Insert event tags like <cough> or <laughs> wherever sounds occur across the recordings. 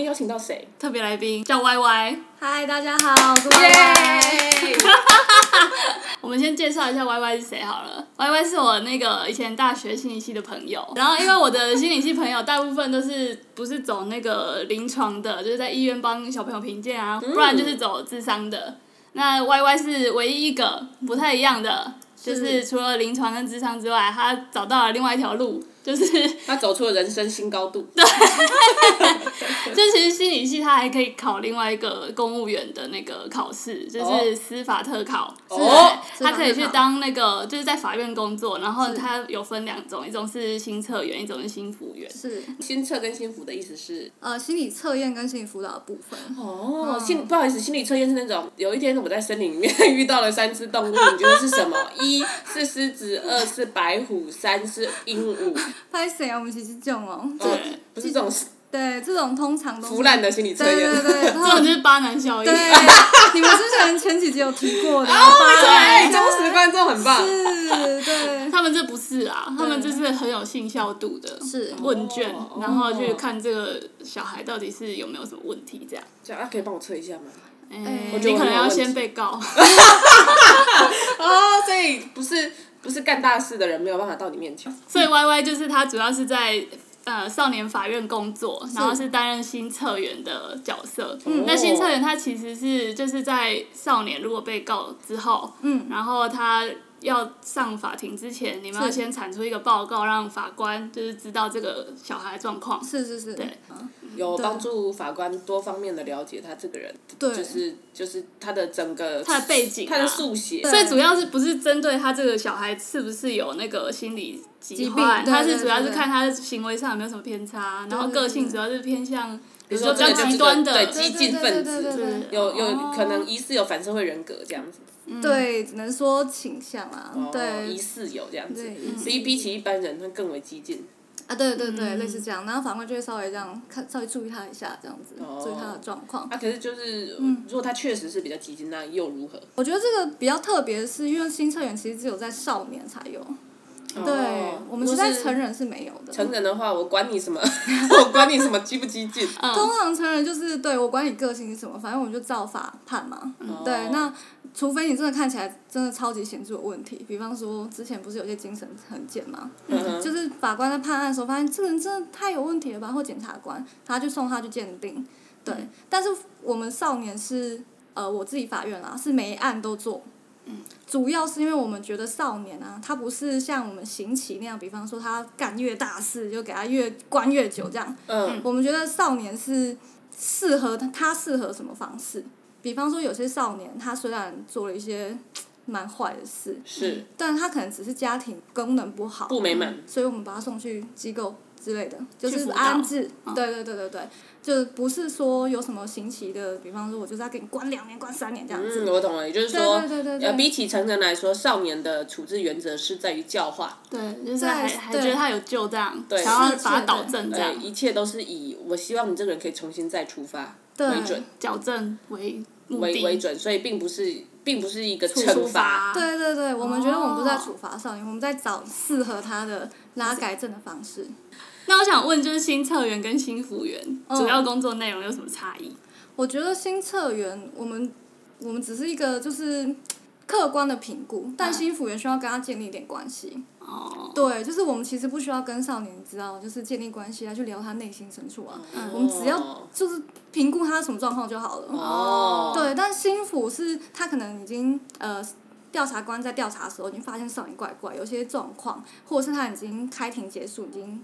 <laughs> 邀请到谁？特别来宾叫 Y Y，嗨，大家好，我是歪歪。我们先介绍一下 Y Y 是谁好了。Y Y 是我那个以前大学心理系的朋友，然后因为我的心理系朋友大部分都是不是走那个临床的，就是在医院帮小朋友评鉴嗯啊，不然就是走智商的。那 Y Y 是唯一一个不太一样的，就是除了临床跟智商之外，他找到了另外一条路，就是他走出了人生新高度。就其实心理系它还可以考另外一个公务员的那个考试，就是司法特考。哦对他可以去当那个就是在法院工作，然后他有分两种，一种是新测员，一种是新服员。是新测跟新辅的意思是呃，心理测验跟心理辅导的部分。哦，心不好意思，心理测验是那种有一天我在森林里面 <laughs> 遇到了三只动物，你觉得是什 <laughs> 么？一是狮子，二是白虎，三是鹦 <laughs> 鹉。拍谁啊？我们其实这种哦，哦对，不是这种对，这种通常都是腐烂的心理测对验。对对， <laughs> 然这后种就是巴南效应。对，哦你们之前前几集有提过 <laughs> 的，哎，对，忠实的观众很棒。是，对，他们这不是啊，他们这是很有信效度的是问卷哦，然后去看这个小孩到底是有没有什么问题这样。这样啊，可以帮我测一下吗？哎我觉得你我可很能有要问先题被 <laughs> 告。哦，所以不是不是干大事的人没有办法到你面前。所以 Y Y 就是他主要是在呃少年法院工作，然后是担任新策员的角色。哦那新策员他其实是就是在少年如果被告之后，嗯然后他。要上法庭之前，你们要是先产出一个报告，让法官就是知道这个小孩的状况。是是是，对有帮助法官多方面的了解他这个人，对就是就是他的整个他的背景啊他的速写，所以主要是不是针对他这个小孩是不是有那个心理疾疾病患，对他对是主要是对看他的行为上有没有什么偏差，然后对对个性主要是偏向，比如说说比较这个极端这的，个对对激进分子对对对对对嗯是有有哦可能疑似有反社会人格这样子，对，只能说倾向啦哦，对疑，似有这样子对疑，似所以比起一般人会更为激进。啊，对对对，类似这样，然后法官就会稍微这样看，稍微注意他一下，这样子，哦注意他的状况。啊，可是就是嗯如果他确实是比较激进，那又如何？我觉得这个比较特别，是因为新测员其实只有在少年才有，对哦我们是在如果成人是没有的。成人的话，我管你什么， <laughs> 我管你什么激不激 <laughs> 进，通常成人就是对我管你个性是什么，反正我们就照法判嘛。对，那除非你真的看起来真的超级显著有问题，比方说之前不是有些精神很检嘛，嗯就是法官在判案的时候发现这个人真的太有问题了吧，或检察官，他就送他去鉴定。对，但是我们少年是呃我自己法院啦，是每一案都做。主要是因为我们觉得少年啊，他不是像我们刑期那样，比方说他干越大事就给他越关越久这样。嗯我们觉得少年是适合他他适合什么方式，比方说有些少年他虽然做了一些蛮坏的事，是但他可能只是家庭功能不好，不美满，所以我们把他送去机构之类的，就去是辅导安置。嗯对对对对对，就是不是说有什么刑期的，比方说我就是要给你关两年、关三年这样子。嗯，我懂了，也就是对说对对对，对呃，比起成人来说，少年的处置原则是在于教化，对，就是还还对觉得他有救这样，对想要是是把他导正这对，样，哎一切都是以我希望你这个人可以重新再出发为准对。矫正为目为为的。准，所以并不是并不是一个处惩罚罚。对对对，我们觉得我们不是在哦处罚少年，我们在找适合他的拉改正的方式。那我想问，就是新测员跟新服员嗯主要工作内容有什么差异？我觉得新测员，我们我们只是一个就是客观的评估，但新辅员需要跟他建立一点关系。哦，对，就是我们其实不需要跟少年知道，就是建立关系啊，去聊他内心深处啊。嗯我们只要就是评估他什么状况就好了。哦，对，但新辅是他可能已经呃。调查官在调查的时候，已经发现少年怪怪，有些状况，或者是他已经开庭结束，已经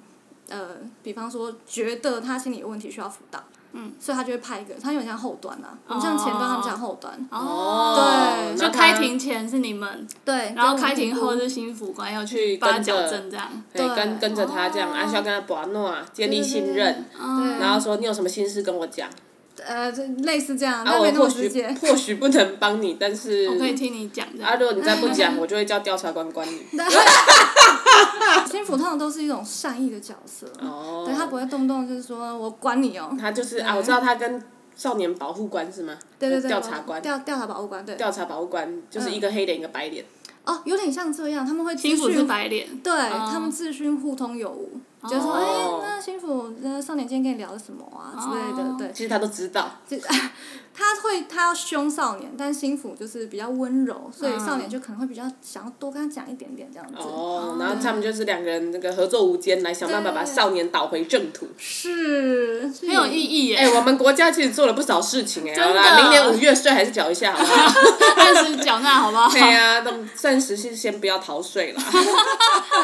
呃，比方说觉得他心理有问题需要辅导，嗯，所以他就会派一个人，他有点像后端啦、我们像前端，他们像后端，哦，对就那开他庭前是你们，对，然后跟我们开庭评估后是新辅官要去去把他跟着矫正这样。对，对哦跟跟着他这样，啊，需要跟他把诺啊，建立信任，嗯对嗯然后说你有什么心事跟我讲，呃，这类似这样，啊，但我没那么或直许接。 <laughs> 或许不能帮你，但 <laughs> 是我可以听你讲这样。啊，如果你再不讲，我就会叫调查官管你。新辅通常都是一种善意的角色，哦，对他不会动不动就是说我管你哦，他 <laughs> 就是啊，我知道他跟少年保护官是吗？对对对，调保查官，调调查保护官，对，调查保护官就是一个黑脸一个白脸，哦，有点像这样，他们会新资辅是讯，白脸，对他们资讯互通有无，就说说哎、哦那幸福，那少年今天跟你聊了什么啊之类的哦，对，其实他都知道，他会他要凶少年，但心腹就是比较温柔，所以嗯少年就可能会比较想要多跟他讲一点点这样子。哦，然后他们就是两个人那个合作无间，来想办法把对少年导回正途。是很很有意。义哎、耶，我们国家其实做了不少事情哎、真的好啦，明年五月税还是缴一下好不好？ <laughs> 按时缴纳好 <laughs> 不好？对呀、啊，那么暂时先先不要逃税了。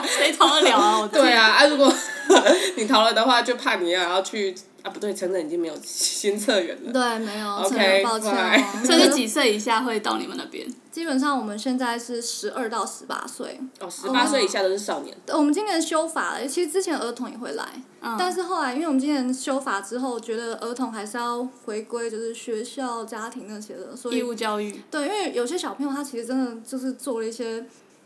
谁逃得了啊？我对啊，啊，如果 <laughs> 你逃了的话，就怕你要要去啊，不对，成人已经没有新策源了。对，没有， OK，真的抱歉哦。 <laughs> fine 这是几岁以下会到你们那边？基本上我们现在是十二到十八岁，哦，十八岁以下都是少年。我们今年修法了，其实之前儿童也会来，嗯但是后来因为我们今年修法之后，觉得儿童还是要回归就是学校、家庭那些的，所以义务教育对，因为有些小朋友他其实真的就是做了一些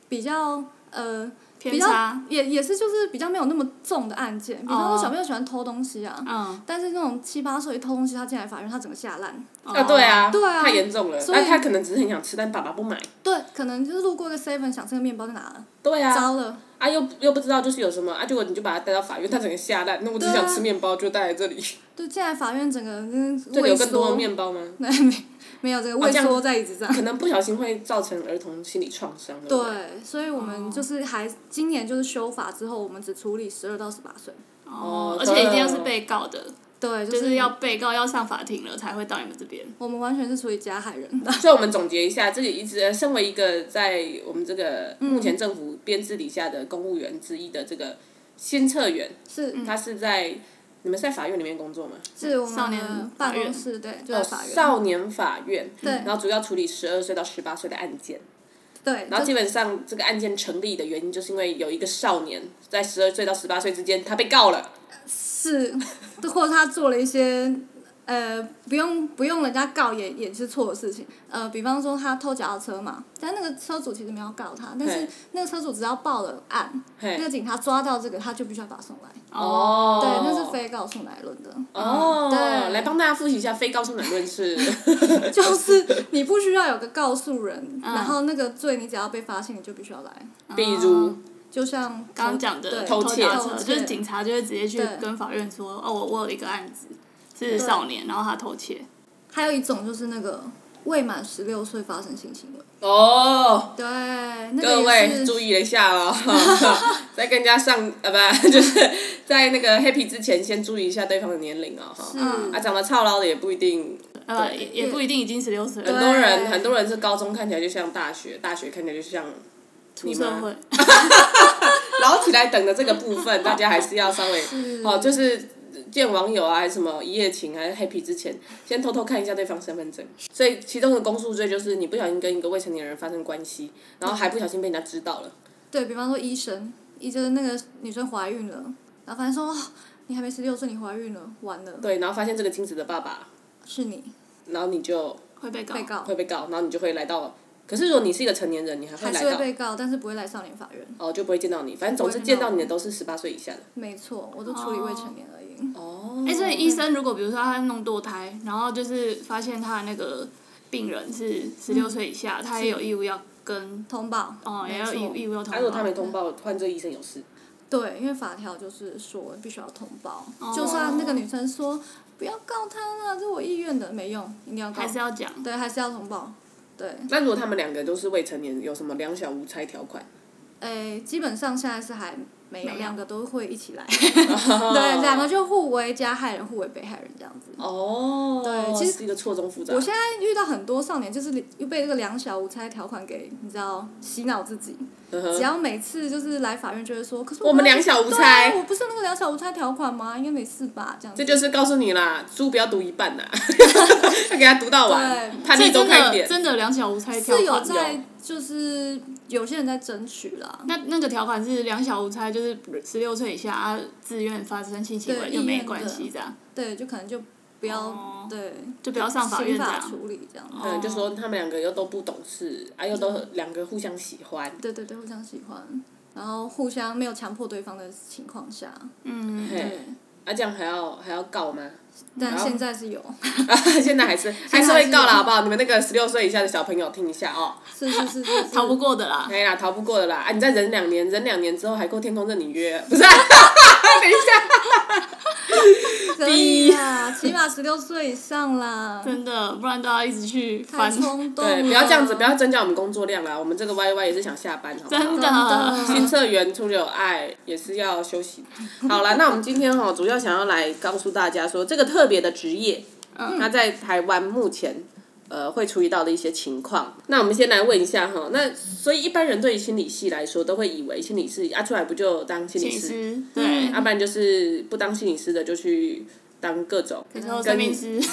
比较呃偏比较差，也也是就是比较没有那么重的案件，比方哦说小朋友喜欢偷东西啊，嗯，但是那种七八岁偷东西，他进来法院，他整个吓烂。哦啊，对啊，对啊太严重了。所以那他可能只是很想吃，但爸爸不买。对，可能就是路过一个 seven，想吃个面包就拿了，对啊，糟了。啊又又不知道就是有什么啊，结果你就把他带到法院，他整个吓烂。那我只想吃面包，就带来这里。就进来法院，整个人这里畏有更多缩的，面包吗？那没没有这个畏这样缩在椅子上。可能不小心会造成儿童心理创伤。不对，所以我们哦就是还今年就是修法之后，我们只处理十二到十八岁。哦，哦而且一定要是被告的，对，就是是要被告要上法庭了才会到你们这边。我们完全是处理加害人的。所以我们总结一下，这个一直呃身为一个在我们这个嗯目前政府编制底下的公务员之一的这个新策员，是嗯他是在你们是在法院里面工作吗？是我少们年的法办院公室，对，呃就在法院。少年法院，对，然后主要处理十二岁到十八岁的案件，对，然后就基本上这个案件成立的原因，就是因为有一个少年在十二岁到十八岁之间，他被告了，是，或者他做了一些呃不用不用人家告也也是错的事情。呃，比方说他偷脚踏车嘛，但那个车主其实没有告他，但是嘿那个车主只要报了案，嘿那，个警察抓到这个，他就必须要把他送来。哦，对，那是非告诉乃论的，哦，对来帮大家复习一下非告诉乃论是， <laughs> 就是你不需要有个告诉人，嗯然后那个罪你只要被发现，你就必须要来。比如就像刚刚讲的对偷窃窃，偷窃就是警察就会直接去对跟法院说，哦，我我有一个案子是少年，然后他偷窃，还有一种就是那个未满十六岁发生性行为，哦，对，各那个也位是注意一下 <laughs> 哦，在跟人家上呃不 <laughs> 就是在那个 happy 之前，先注意一下对方的年龄哦，哈，是啊长得操劳的也不一定，呃，也也不一定已经十六岁很了，多人对很多人是高中看起来就像大学，大学看起来就像出社 <laughs> 会，老起来等的这个部 <laughs> 分，大家还是要稍微哦，就是。见网友啊，还是什么一夜情，还是 happy 之前，先偷偷看一下对方身份证。所以其中的公诉罪就是你不小心跟一个未成年人发生关系，然后还不小心被人家知道了。对比方说医生，医生那个女生怀孕了，然后发现说、哦、你还没十六岁，你怀孕了，完了，对，然后发现这个精子的爸爸，是你然后你就会被告，被告，会被告，然后你就会来到。可是如果你是一个成年人，你还会还来是会到被告，但是不会来少年法院。哦，就不会见到你。反正总是见到你的都是十八岁以下的。没错，我就处理未成年而已。哦，哎、所以医生如果比如说他弄堕胎，然后就是发现他的那个病人是十六岁以下，他也有义务要跟嗯通报哦，也没有义错务义务要如果他没通报。通报，换这个医生有事。对，因为法条就是说必须要通报，哦就算那个女生说不要告他了，这是我意愿的，没用，一定要告还，是要讲，对，还是要通报。对，那如果他们两个都是未成年，有什么两小无猜条款？诶，基本上现在是还没有，没有两个都会一 <laughs> 起来，对，两个就互为加害人，互为被害人这样子。哦，对其实是一个错综复杂。我现在遇到很多少年，就是又被这个两小无猜条款给你知道洗脑自己，嗯只哼要每次就是来法院就会说，可是我们两小无猜对啊我不是那个两小无猜条款吗？应该没事吧？这样子，这就是告诉你啦，书不要读一半 <laughs> 啦，要给他读到完，对叛所以逆多真看一的点。真的两小无猜条是有款哦在就是有些人在争取啦，那那个条款是两小无猜，就是十六岁以下啊，自愿发生性行为对就意没愿关的系，这样对，就可能就不要、哦对，就不要上法院刑这法样。处理这样子，嗯，就说他们两个又都不懂事，啊，又都两个互相喜欢，对对对，互相喜欢，然后互相没有强迫对方的情况下，嗯，嘿，对，啊，这样还要还要告吗？但好现在是有， <laughs> 现在还是还是会告啦，好不好？你们那个十六岁以下的小朋友听一下哦。哎是是是是，逃不过的啦。 <laughs> 可以啦，逃不过的啦。啊，你再忍两年，忍两年之后还够天空任你约，不是啊、等一下，可以啦，起码十六岁以上啦，真的，不然都要一直去太翻。冲动啊了。对，不要这样子，不要增加我们工作量啊啦。我们这个 YY 也是想下班，好不真好？ <laughs> 的，新社员出有爱也是要休息。好啦，那我们今天哈、主要想要来告诉大家说，这个特别的职业，嗯它在台湾目前呃会注意到的一些情况。那我们先来问一下哈、那所以一般人对于心理系来说，都会以为心理师啊出来不就当心理其师，实对，啊要、不然就是不当心理师的就去当各种。然后跟生命师。 <laughs>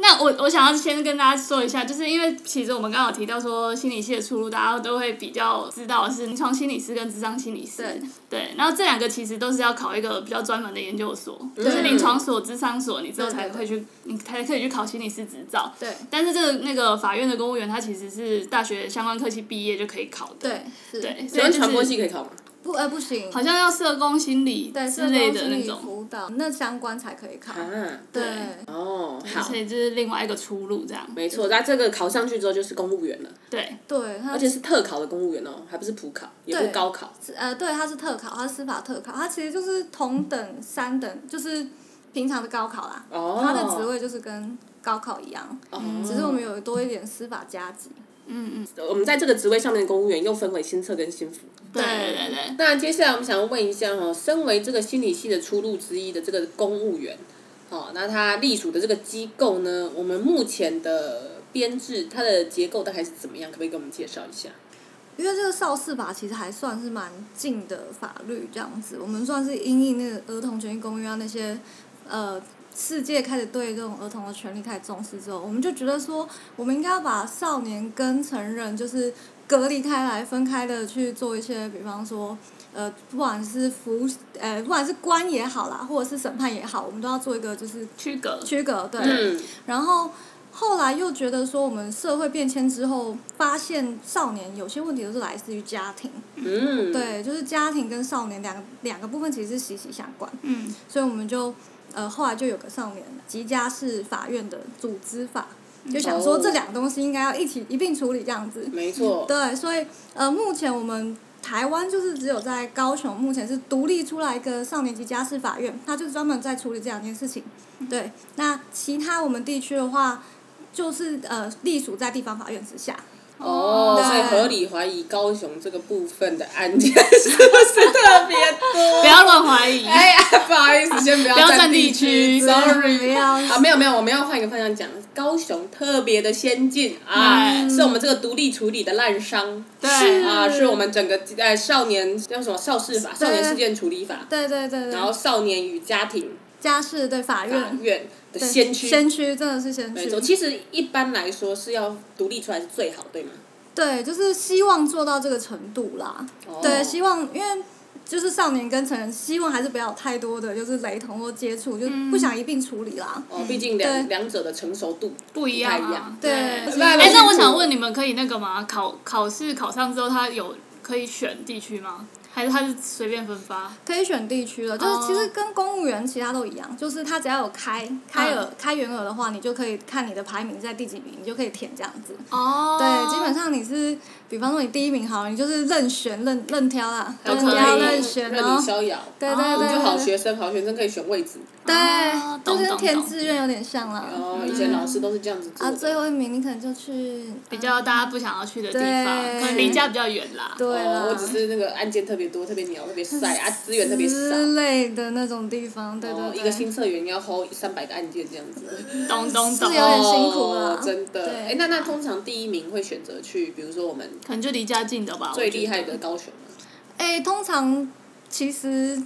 那我我想要先跟大家说一下，就是因为其实我们刚好提到说心理系的出路，大家都会比较知道的是临床心理师跟智商心理师。对对，然后这两个其实都是要考一个比较专门的研究所，就是临床所、智商所，你之后才会去，你才可以去考心理师执照。对但是这个那个法院的公务员，他其实是大学相关科系毕业就可以考的。对是，对，请所以问就传播是系可以考吗？不呃不行，好像要社工心理对之类的社工心那理种。辅导那相关才可以考。啊，对，哦，好所，以这是另外一个出路，这样。没错，那这个考上去之后就是公务员了，对，对，它而且是特考的公务员哦，还不是普考，也不是对高考。呃，对，它是特考，它是司法特考，它其实就是同等、三等，就是平常的高考啦。哦，它的职位就是跟高考一样，哦，只是我们有多一点司法加级。嗯嗯，我们在这个职位上面的公务员又分为新测跟新辅。对对对，那接下来我们想要问一下哦，身为这个心理系的出路之一的这个公务员，哦，那他隶属的这个机构呢，我们目前的编制它的结构大概是怎么样？可不可以给我们介绍一下？因为这个少四法其实还算是蛮近的法律这样子，我们算是因应那个儿童权益公约啊那些，呃，世界开始对这种儿童的权利开始重视之后，我们就觉得说，我们应该要把少年跟成人就是隔离开来，分开的去做一些，比方说，呃，不管是服呃，不管是关也好啦，或者是审判也好，我们都要做一个就是区隔。区隔，对，嗯，然后后来又觉得说，我们社会变迁之后，发现少年有些问题都是来自于家庭，嗯，，对，就是家庭跟少年两个两个部分其实是息息相关，嗯，所以我们就呃后来就有个少年及家事法院的组织法，就想说哦这两个东西应该要一起一并处理这样子，没错，对，所以呃目前我们。台湾就是只有在高雄，目前是独立出来一个少年及家事法院，它就专门在处理这两件事情。对，那其他我们地区的话，就是呃隶属在地方法院之下。哦，所以对合理怀疑高雄这个部分的案件是不是特别多？不要乱怀 <laughs> 疑。哎呀，不好意思，先不要不要占占地区区，sorry。不要啊，没有没有，我们要换一个方向讲，高雄特别的先进啊，嗯是我们这个独立处理的滥觞。对啊，是我们整个呃少年叫什么少事法、少年事件处理法，对对对然后对，少年与家庭家事对法法院院的对先驱。先驱真的是先没驱错，。其实一般来说是要独立出来是最好，对吗？对，就是希望做到这个程度啦。哦对，希望因为。就是少年跟成人，希望还是不要有太多的就是雷同或接触，就不想一并处理啦。嗯哦，毕竟两对两者的成熟度不一样啊样啊。对哎哎，那我想问你们，可以那个吗？考考试考上之后，他有可以选地区吗？还是他是随便分发？可以选地区了，哦就是其实跟公务员其他都一样，就是他只要有开嗯开额、开员额的话，你就可以看你的排名在第几名，你就可以填这样子。哦对，基本上你是，比方说你第一名好了，你就是任选任任挑啦，都任可挑以任选任哦你。逍遥。对对你对，就好对学生，好学生可以选位置。啊对，就懂跟懂填懂志愿有点像啦。哦，以前老师都是这样子做啊，的。最后一名你可能就去比较大家不想要去的地方，对可能离家比较远啦。对啦哦，我只是那个案件特别多，特别鸟，特别晒啊，资源特别少。之类的那种地方，对哦，对一个对。新社员要 hold 三百个案件这样子，懂懂是懂。有点辛苦啦哦真的。对哎，那那通常第一名会选择去，比如说我们可能就离家近的吧。最我觉得厉害的高雄啊。哎，通常其实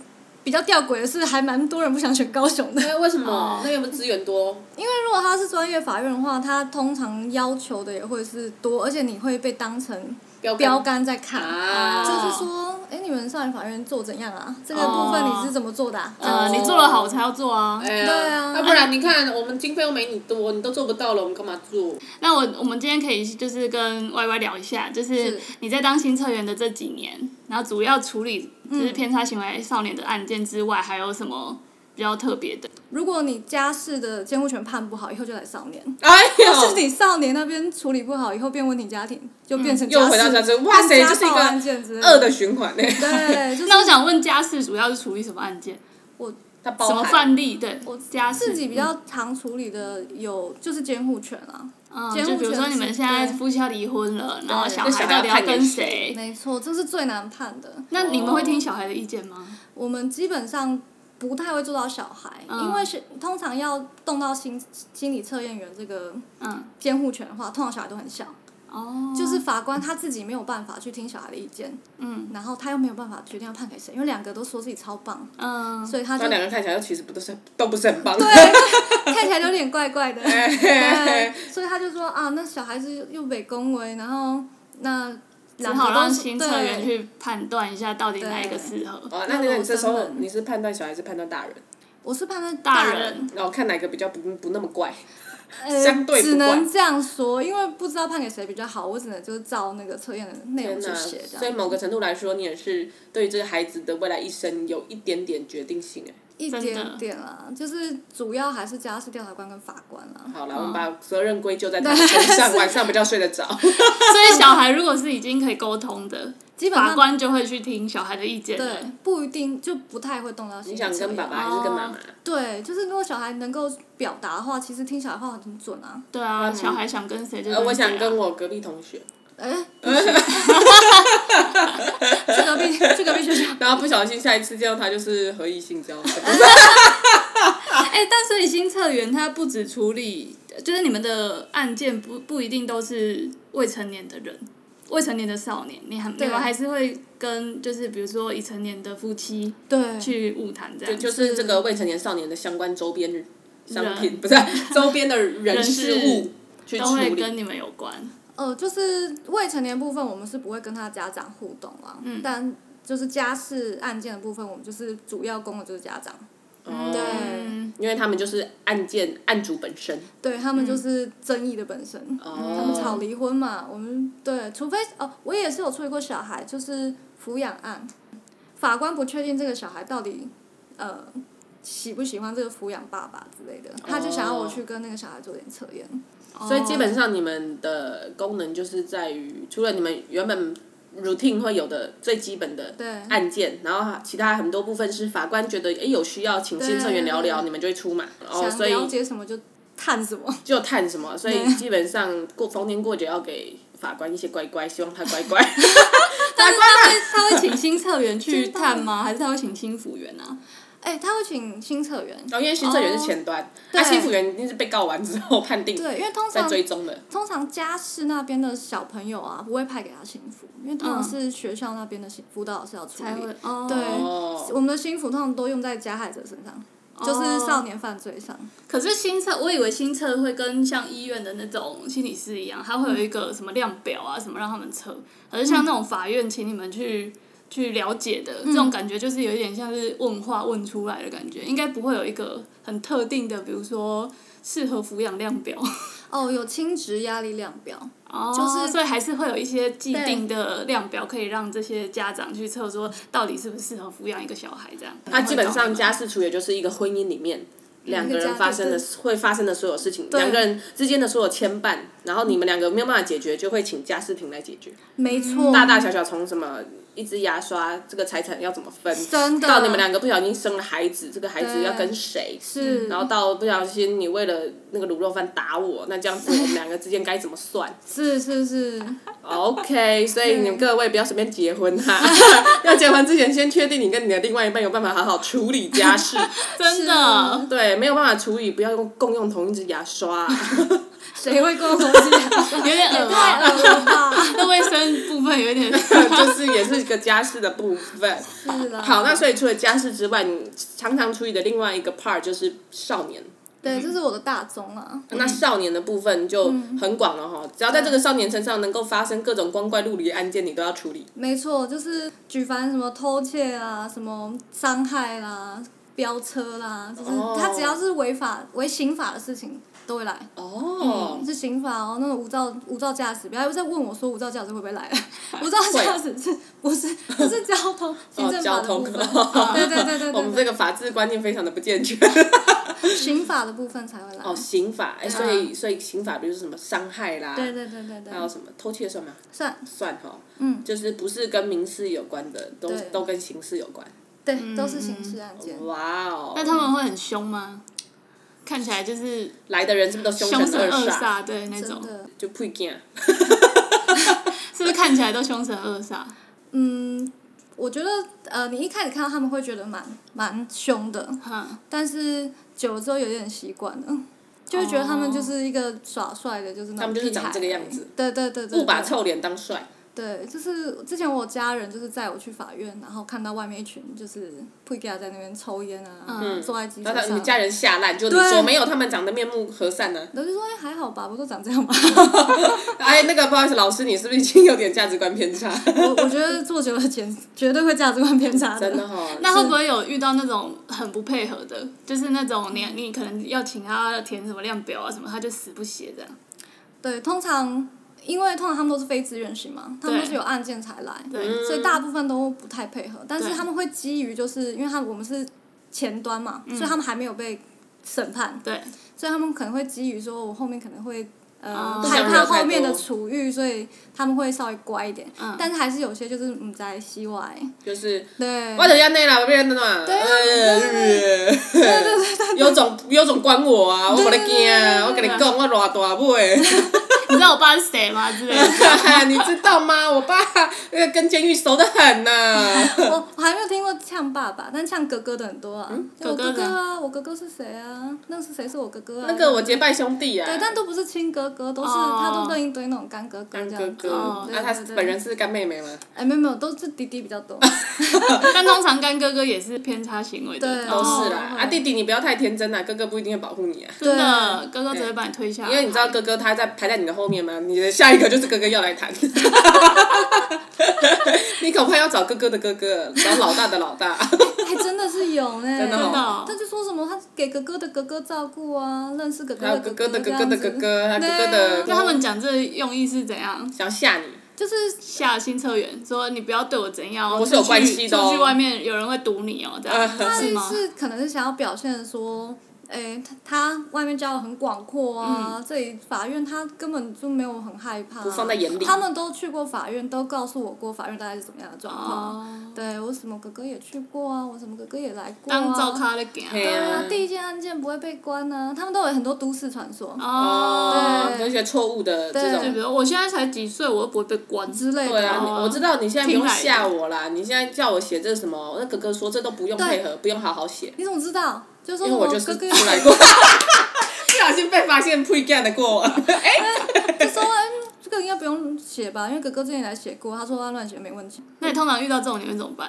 比较吊诡的是，还蛮多人不想选高雄的。哎，为什么哦？那边不是资源多？因为如果他是专业法院的话，他通常要求的也会是多，而且你会被当成标标杆杆在看，啊，就是说，哎，你们少年法院做怎样啊？这个部分哦你是怎么做的、啊？嗯这呃，样子你做得好，我才要做啊。哎呀。对啊要不然你看，我们经费又没你多，你都做不到了，我们干嘛做？那我我们今天可以就是跟 Y Y 聊一下，就是是你在当新策员的这嗯几年，然后主要处理就是偏差行为少年的案件之外，还有什么比较特别的。如果你家事的监护权判不好，以后就来少年；哎但是呦，你少年那边处理不好，以后变问题家庭，就变成嗯又回到家家事之后，哇塞，跟这家是一暴案个件之类恶的。循环呢。 <laughs> 对，啊就是那我想问，家事主要是处理什么案件？它包什么含范例？对，家事哦自己比嗯较常处理的有就是监护权啊，嗯，监护就比如说权你们是现在对哦夫妻要离婚了，然后对小那孩小孩到要底判跟给谁？没哦错，这是最难判的。那你们会听小孩的意见吗？我们基本上不太会做到小孩，嗯因为是通常要动到心心理测验员这个嗯，监护权的话，通常小孩都很小，哦，就是法官他自己没有办法去听小孩的意见，嗯然后他又没有办法决定要判给谁，因为两个都说自己超棒，嗯，所以他就那两个看起来其实不都是都不是很棒。看起来有点怪 <laughs> 怪的。对，所以他就说啊，那小孩子又被恭维，然后那只两个好都让是新测员对去判断一下到底哪一个对适合。哦， <laughs> 那你这时那我候生门你是判断小孩是判断大人，我是判断大人人，然后看哪个比较不不那么怪。呃相对不只管能这样说，因为不知道判给谁比较好，我只能就是照那个测验的内容去那写这所以样，某个程度来说，你也是对于这个孩子的未来一生有一点点决定性哎。一真的点点啦，就是主要还是家事调查官跟法官啦。好了，我们把哦责任归咎 <laughs> 在他的身上，晚上比较睡得着。所以小孩如果是已经可以沟通的，基本法上官就会去听小孩的意见了对。不一定就不太会动到心你理想测跟验爸爸还是跟妈妈？对，就是如果小孩能够表达的话，其实听小孩话很准啊。对啊，小孩想跟谁就跟呃，谁啊。我想跟我隔壁同学，哎、不行去隔壁去隔壁学校。然后不小心下一次见到他就是合意性交，哎、但所以新测员他不止处理，呃就是你们的案件不不一定都是未成年的人，未成年的少年，你还你对们还是会跟就是比如说已成年的夫妻 <laughs> 对，去物谈这 <laughs> 样。就是这个未成年少年的相关周边商品，人不是周边的人事人事物去都处会理。跟你们有关，呃，就是未成年部分，我们是不会跟他家长互动啊。嗯。但就是家事案件的部分，我们就是主要供的就是家长，哦对嗯，因为他们就是案件案主本身，对他们就是争议的本身。他们哦，吵离婚嘛，我们对，除非哦，我也是有处理过小孩，就是抚养案，法官不确定这个小孩到底呃喜不喜欢这个抚养爸爸之类的，他就想要哦我去跟那个小孩做点测验。所以基本哦上你们的功能就是在于，除了你们原本 routine 会有的最基本的对案件，然后其他很多部分是法官觉得诶有需要，请新成员聊聊，对你们就会出马，哦，想所以了解什么就探什么， <laughs> 就探什么，所以基本上过逢年过节要给法官一些乖乖，希望他乖 <laughs> 乖。但是他会他会请新测员 <laughs> 去探吗？还是他会请新辅员啊？哎、他会请新测员，然后因为新政员是前端，那、新辅员一定是被告完之后判定哦对，因为通在常追踪的。通常家事那边的小朋友啊，不会派给他幸福，因为通常嗯是学校那边的幸辅导老师要处才理会。哦，对哦我们的幸福通常都用在加害者身上，就是少年犯罪上。可是新测，我以为新测会跟像医院的那种心理师一样，它会有一个什么量表啊，什么让他们测。可是像那种法院请你们去去了解的，这种感觉就是有一点像是问话问出来的感觉，应该不会有一个很特定的，比如说适合抚养量 <laughs> 表，哦，有亲职压力量表，哦就是所以还是会有一些既定的量表，可以让这些家长去测说到底适不适合抚养一个小孩这样。那啊基本上家事处也就是一个婚姻里面两个人发生的一个家会发生的所有事情，两个人之间的所有牵绊，然后你们两个没有办法解决，就会请家事庭来解决。没错，大大小小从什么一支牙刷，这个财产要怎么分，真的到你们两个不小心生了孩子，这个孩子对要跟谁，是，然后到不小心你为了那个卤肉饭打我，那这样子我们两个之间该怎么 <laughs> 算？是是是， OK，所以你们各位不要随便结婚哈、 <laughs> 要结婚之前先确定你跟你的另外一半有办法好好处理家事。真的，对，没有办法处理，不要用共用同一支牙刷、 <laughs> <laughs> 谁会跟我同居？有 <laughs> 点恶太啊。恶了吧？ <laughs> 那卫生部分有 <laughs> 点。就是也是一个家事的部分。是啦。好，那所以除了家事之外，你常常处理的另外一个 part 就是少年。对，这是我的大宗啊。那少年的部分就很广了嗯哈，只要在这个少年身上能够发生各种光怪陆离的案件，你都要处理。没错，就是举凡什么偷窃啊，什么伤害啦、飙车啦，就是哦他只要是违法、违刑法的事情，都会来，哦，是刑法哦，那种无照无照驾驶，不要再问我说无照驾驶会不会 <laughs> 来，无照驾驶是不是不是交通行哦，政交法的通部，分？对对对对嗯我对们对这个法治观念非常的不健全。对，刑法的部分才会来。哦，刑法，哎，所以所以刑法，比如说什么伤害啦，对对对对对还，有什么偷窃算吗？算算哈，嗯，就是不是跟民事有关的，都对都跟刑事有关。对，都是刑事案件。哇哦，那他们会很凶吗？看起来就是来的人是不是都凶神神恶煞？煞，对那真种，的，就不一定。是不是看起来都凶神恶煞？嗯，我觉得呃，你一开始看到他们会觉得蛮蛮凶的，哈，但是久了之后有点习惯了，就会觉得他们就是一个耍帅的，就是他那种们就是屁孩欸长这个样子。对对对对，不把对臭脸当帅，对，就是之前我家人就是载我去法院，然后看到外面一群就是普吉亚在那边抽烟啊，坐在机车嗯然后他上，你家人吓烂，就你对说没有，他们长得面目和善呢、然后就说哎还好吧，不都长这样吧。哎，那个不好意思，老师，你是不是已经有点价值观偏差？ <laughs> 我我觉得坐久了简绝对会价值观偏差真的哦哈、那会不会有遇到那种很不配合的？就是那种你你可能要请他填什么量表啊什么，他就死不写这样。对，通常因为通常他们都是非自愿型嘛，他们都是有案件才来，对所以大部分都不太配合。但是对他们会基于就是因为他们我们是前端嘛，所以他们还没有被审判，对，所以他们可能会基于说我后面可能会。呃，哦不害想惹怕太后面的多处遇，所以他们会稍微乖一点，嗯但是还是有些就是嗯在西外，就是对，我等下内啦，我被人暖，对对对，有种有种管我啊，我给你惊啊，我跟你讲，我偌大尾， <laughs> 你知道我爸是谁吗？之类的。你知道吗？我爸那个跟监狱熟得很呐、我我还没有听过呛爸爸，但呛哥哥的很多啊，就我哥哥哥哥的啊，我哥哥是谁啊？那是谁是我哥哥啊？那个我结拜兄弟啊，对，但都不是亲哥哥，都是、哦他都认一堆那种干哥哥干这哥样。哥，那、啊哦他对对对本人是干妹妹吗？哎，没有没有，都是弟弟比较 <laughs> 多。但通常干哥哥也是偏差行为的，对都哦是啦，啊弟弟你不要太天真啦，哥哥不一定会保护你啊。真的哥哥只会把你推下来。啊因为你知道哥哥他在排在你的后面吗？你的下一个就是哥哥要来谈， <laughs> 你恐怕要找哥哥的哥哥，找老大的老大。还真的是有 <laughs> 呢、真的哦真的哦他就说什么他给哥哥的哥哥照顾啊，认识哥还哥有的哥哥哥的哥哥这的样子哥哥，还有哥对哥的，那他们讲这用意是怎样？想吓你，就是下新车员说你不要对我怎样哦，我是有出去关系的哦啊出去外面有人会堵你哦，这他样是吗？是可能是想要表现说。哎、他他外面交友很广阔啊，这里法院他根本就没有很害怕、嗯不放在眼里他们都去过法院，都告诉我过法院大概是怎么样的状况。哦，对我什么哥哥也去过啊，我什么哥哥也来过啊。当照咖的行。嘿对啊嗯，第一件案件不会被关呢、他们都有很多都市传说哦，有一些错误的这就比种。哦如我现在才几岁，我又不会被关。之类的。对啊，你哦我知道你现在不用听来的吓我啦，你现在叫我写这什么，那哥哥说这都不用配合，不用好好写，你怎么知道？就说因为我我就是哦哥哥，出来过，不小心被发现 pre g a 的过往。 <laughs> 就说嗯，这个应该不用写吧，因为哥哥之前来写过，他说他乱写没问题。那你通常遇到这种你会怎么办？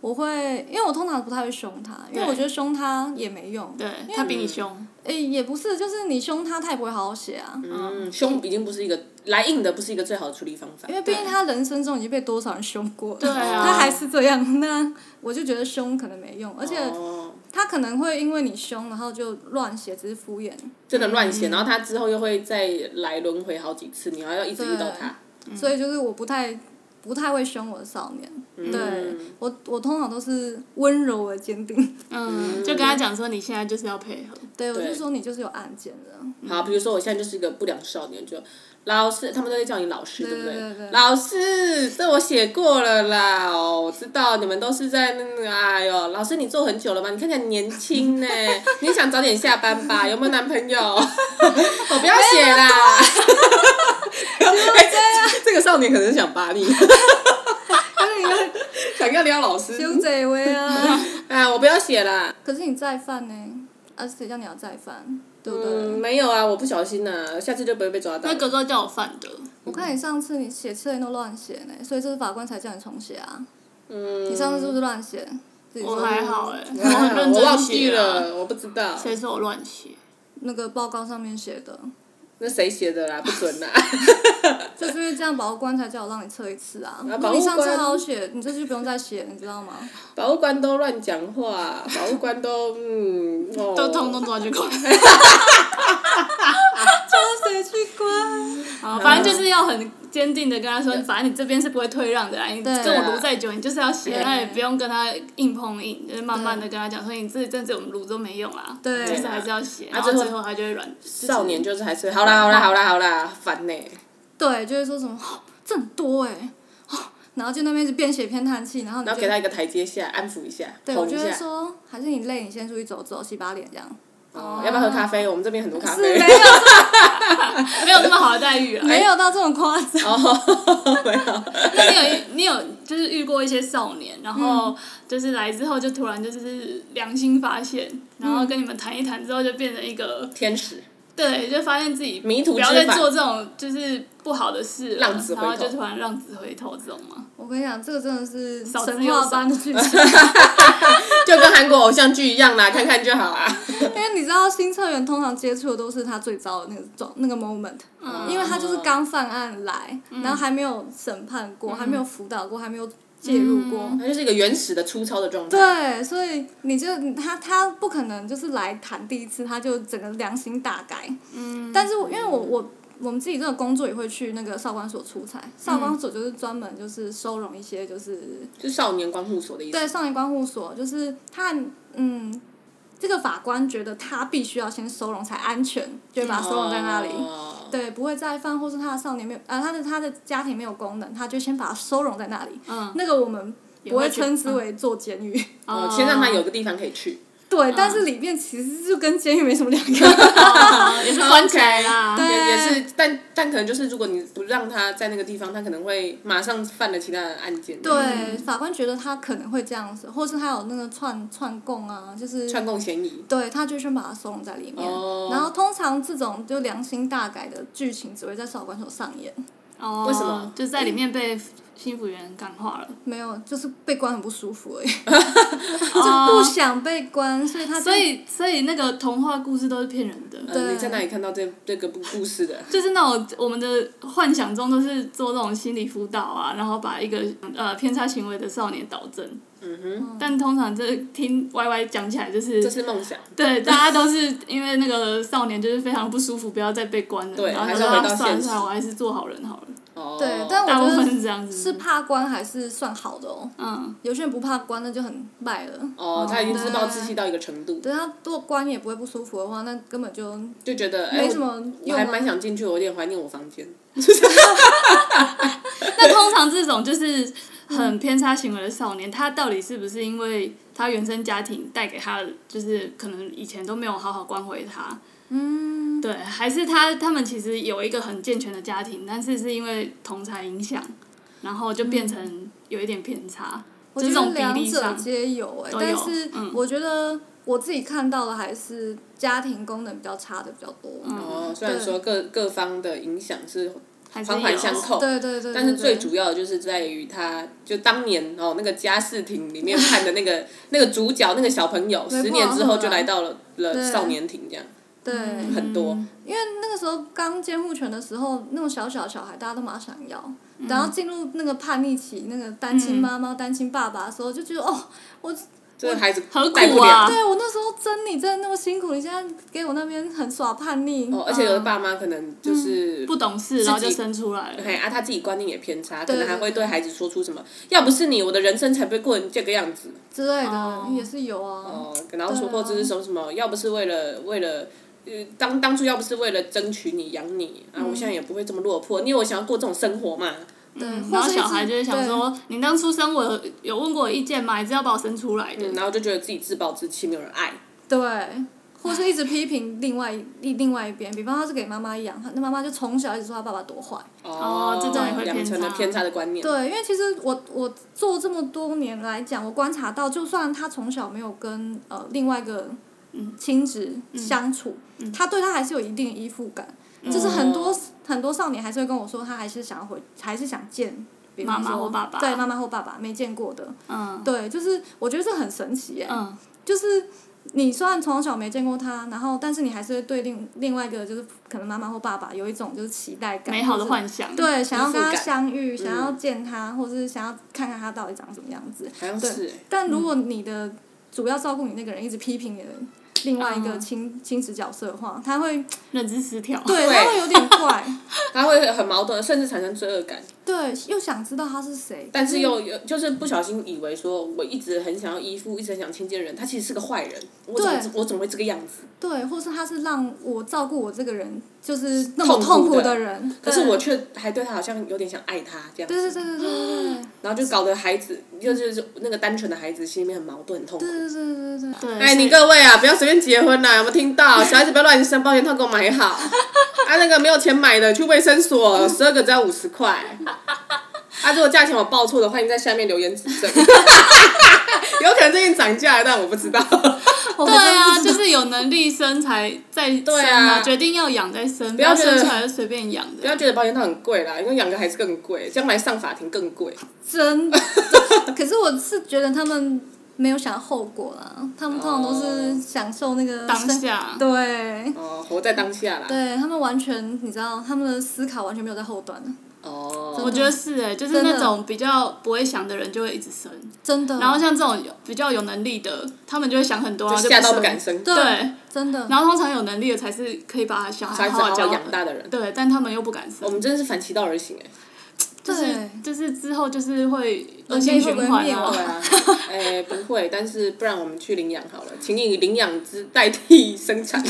我会，因为我通常不太会凶他，因为对我觉得凶他也没用。对他比你凶，诶、也不是，就是你凶他，他也不会好好写啊。嗯，凶已经不是一个来硬的，不是一个最好的处理方法因。为毕竟他人生中已经被多少人凶过了，对啊他还是这样，那我就觉得凶可能没用，而且哦，他可能会因为你凶，然后就乱写，只是敷衍。真的乱写，然后他之后又会再来轮回好几次，你还要一直遇到他。所以就是我不太不太会凶我的少年，对我我通常都是温柔而坚定， <laughs> 嗯，就跟他讲说你现在就是要配合，对我对就说你就是有案件的，好，啊比如说我现在就是一个不良少年，就老师，他们都会叫你老师，对不对对对老师，这我写过了啦，哦，我知道你们都是在那个，哎呦，老师你做很久了吧？你看起来年轻呢， <laughs> 你想早点下班吧？有没有男朋友？ <laughs> 我不要写啦。 <laughs> 哎啊这个少年可能是想把 <laughs> 你，想要撩老师。凶贼威啊！ <laughs> 啊，我不要写啦。可是你再犯呢？啊，谁叫你要再犯，对不对？嗯，没有啊，我不小心呐、下次就不会被抓到那。哥哥叫我犯的，我看你上次你写字都乱写呢，所以这次法官才叫你重写啊。嗯。你上次是不是乱写？自己说我还好哎，我啊很认我忘真记写啊，了，我不知道。谁说我乱写？那个报告上面写的，那谁写的啦？不准啦！ <laughs> 就是因为这样保护官才叫我让你测一次啊。如保果护你上次官好好写，你这次就不用再写，你知道吗？保护官都乱讲话，保护官都嗯哦，都通通抓去关。叫谁去关？嗯好，反正就是要很坚定的跟他说，反正你这边是不会退让的啦，你对啊跟我撸再久，你就是要写，对那也不用跟他硬碰硬，就是慢慢的跟他讲说，你这一阵子我们撸都没用啦，对就是还是要写，啊然后最后他就会软。少年就是还是好啦好啦好啦好啦，烦呢、对，就会说什么、哦、这很多哎、哦然后就那边是边写边叹气，然后你然就后给他一个台阶下，安抚一下，对我哄就一会下。说，还是你累，你先出去走走，洗把脸这 <laughs> 样。哦，要不要喝咖啡？我们这边很多咖是啡没。有没有那么好的待遇啊。没有到这种夸张。哦， <laughs> 没有。那哎你有你有就是遇过一些少年，然后嗯就是来之后就突然就是良心发现，然嗯后跟你们谈一谈之后就变成一个天使，对，就发现自己迷途不要知再返做这种就是不好的事了，浪子回然头后就突然浪子回头这种嘛。 <laughs> 我跟你讲，这个真的是少之神又话少般的剧 <laughs> 情，就跟韩国偶像剧一样啦，看看就好啊。 <laughs> 因为你知道新策员通常接触的都是他最糟的那个状那个 moment，、嗯因为他就是刚犯案来，然后还没有审判过，还没有辅导过，还没有介入过。他就是一个原始的粗糙的状态。对，所以你就他他不可能就是来谈第一次他就整个良心大改。嗯。但是我因为我我我们自己这个工作也会去那个少管所出差，少管所就是专门就是收容一些就是就少年观护所的意思。对，少年观护所就是他，嗯，这个法官觉得他必须要先收容才安全，就会把他收容在那里。哦对，不会再犯，或是他的少年没有，啊，他的他的家庭没有功能，他就先把他收容在那里。嗯，那个我们也不会会去称之为做监狱，哦，先让他有个地方可以去。对，但是里面其实就跟监狱没什么两样。哦也是关起来啦。对也也是，但但可能就是，如果你不让他在那个地方，他可能会马上犯了其他的案件。对，嗯法官觉得他可能会这样子，或是他有那个串串供啊，就是串供嫌疑。对，他就先把它收拢在里面。哦然后通常这种就良心大改的剧情只会在少管所上演，哦，为什么就在里面被幸福员感化了？没有，就是被关很不舒服而已，哦就不想被关，所以他就所以所以那个童话故事都是骗人的。呃，你在哪里看到这这个故故事的？就是那种我们的幻想中都是做这种心理辅导啊，然后把一个呃偏差行为的少年导正。嗯哼。但通常这听 Y Y 讲起来就是，这是梦想。对，大家都是因为那个少年就是非常不舒服，不要再被关了。对然后还他是说要回啊到算了现实算了，我还是做好人好了。哦。对，但大我部觉分得是这样子。是怕关还是算好的哦。嗯，有些人不怕关，那就很败了。哦，他已经自暴自对弃到一个程度，啊对他如果关也不会不舒服的话，那根本就就觉得哎，没我什么我用还啊。蛮想进去，我有点怀念我房 <laughs> 间。那通常这种就是很偏差行为的少年，他到底是不是因为他原生家庭带给他，就是可能以前都没有好好关怀他？嗯，对，还是他他们其实有一个很健全的家庭，但是是因为同才影响，然后就变成有一点偏差，嗯我就觉这得种比两例者上。皆有哎、都有但是嗯我觉得我自己看到的还是家庭功能比较差的比较多。嗯哦，虽然说各各方的影响是还是环环相有扣，对对对对但是最对主要的就是在于他，就当年哦那个家事庭里面看的那 <laughs> 个那个主角那个小朋友，没十年之后就办法来到了了对少年庭这样，对，嗯很多因为那个时候刚监护权的时候，那种小小的小孩大家都马上要，嗯然后进入那个叛逆期，那个单亲妈妈、单亲爸爸的时候，就觉得哦，我这个孩子何苦带不啊了。对我那时候真你真的那么辛苦，你现在给我那边很耍叛逆，哦，而且有的爸妈可能就是嗯不懂事，然后就生出来哎了。啊，他自己观念也偏差，可对能还会对对对孩子说出什么“要不是你，我的人生才不会过成这个样子之类的、哦也是有”。啊。哦，然后说对啊或者是什么什么“要不是为了为了”。呃，当当初要不是为了争取你养你啊，嗯我现在也不会这么落魄。你以为我想要过这种生活嘛？对，嗯然或后是一小孩直就会想对说：“你当初生我有有问过我意见吗？你是要把我生出来的。嗯，然后就觉得自己自暴自弃，没有人爱。对，或是一直批评另外一另外一边，比方他是给妈妈养，他那妈妈就从小一直说他爸爸多坏。哦这种也会养偏成了差偏差的观念。对，因为其实我我做这么多年来讲，我观察到，就算他从小没有跟呃另外一个嗯亲子相处，他对他还是有一定的依附感。哦就是很多、很多少年还是会跟我说，他还是想要回，还是想见。比方妈妈说或爸爸对妈妈或爸爸没见过的，嗯对，就是我觉得这很神奇耶、嗯就是你虽然从小没见过他，然后但是你还是会对另另外一个就是可能妈妈或爸爸有一种就是期待感，美好的或是幻想。对，想要跟依他附感嗯相遇，想要见他，或是想要看看他到底长什么样子。好像是、欸，但如果你的主要照顾你那个人一直批评你的另外一个嗯亲亲子角色的话，他会认知失调。对 <laughs> 对他会有点怪，他会很矛盾，甚至产生罪恶感，对，又想知道他是谁，但是又又就是不小心以为说，我一直很想要依附，一直很想亲近的人，他其实是个坏人，我怎么对我怎么会这个样子？对，或是他是让我照顾我这个人就是那么痛痛苦苦的的人，可是对我却还对他好像有点想爱他这样子，对对对对对对对然后就搞得孩子就是那个单纯的孩子心里面很矛盾、很痛苦。对对对对对，对，哎，你各位啊，不要随便结婚啦，有没有听到？小孩子不要乱生，保险套给我买 <laughs> 好。啊，那个没有钱买的，去卫生所，十二个只要五十块。啊，如果价钱我报错的，欢迎在下面留言指正。 <laughs> 有可能最近涨价了，但我不知道。我对还啊，真不就知 <laughs> 道是有能力生才再生对啊决定要养再生，不要要觉得生出来就随便养不要的。觉得保险套很贵啦，因为养个孩子更贵，将来上法庭更贵。<laughs> 真的，可是我是觉得他们没有想后果啦，他们通常都是享受那个哦当生下对。哦，活在当下啦。对他们完全，你知道，他们的思考完全没有在后端，哦我，觉得是哎、就是真的那种比较不会想的人就会一直生，真的。然后像这种有比较有能力的，他们就会想很多、啊，就吓到不生敢生。对，对真的。然后通常有能力的才是可以把小小孩孩子好好好教养大的人对，但他们又不敢生我，们真的是反其道而行哎、就是对就是之后就是会恶类性会循不会环灭对亡啊。啊，<laughs> 哎、不会，但是不然我们去领养好了，请以领养之代替生 <laughs> 产。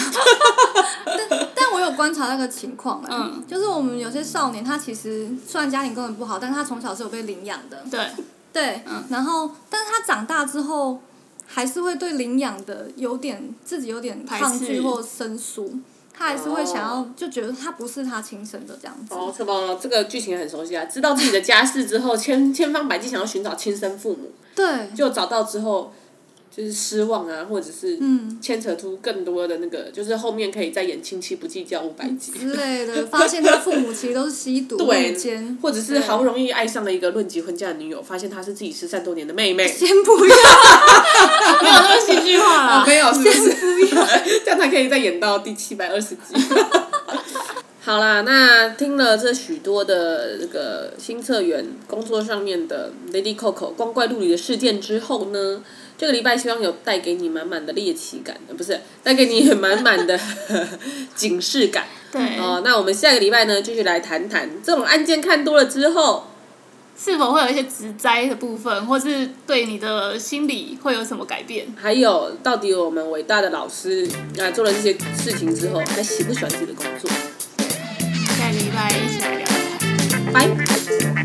但我有观察那个情况、欸，嗯就是我们有些少年，他其实虽然家庭根本不好，但是他从小是有被领养的，对，对，然后，但是他长大之后，还是会对领养的有点自己有点排抗拒斥或生疏，他还是会想要、哦就觉得他不是他亲生的这样子，哦，这么这个剧情很熟悉啊！知道自己的家世之后，千千方百计想要寻找亲生父母，对，就找到之后就是失望啊，或者是嗯牵扯出更多的那个，就是后面可以再演亲戚不计较五百集，之类的，发现他父母其实都是吸毒、对入监，或者是好不容易爱上了一个论及婚嫁的女友，发现她是自己失散多年的妹妹。先不要，没有那么戏剧化啦。哦没有，是不是？这样才可以再演到第七百二十集。 <laughs> 好啦，那听了这许多的那个新策源工作上面的 Lady Coco 光怪陆离的事件之后呢，这个礼拜希望有带给你满满的猎奇感，呃不是带给你满满的 <laughs> 警示感嗯对，哦、那我们下个礼拜呢，继续来谈谈这种案件看多了之后，是否会有一些植栽的部分，或是对你的心理会有什么改变？还有到底我们伟大的老师啊做了这些事情之后，他喜不喜欢自己的工作？下个礼拜一起来聊一下。拜。拜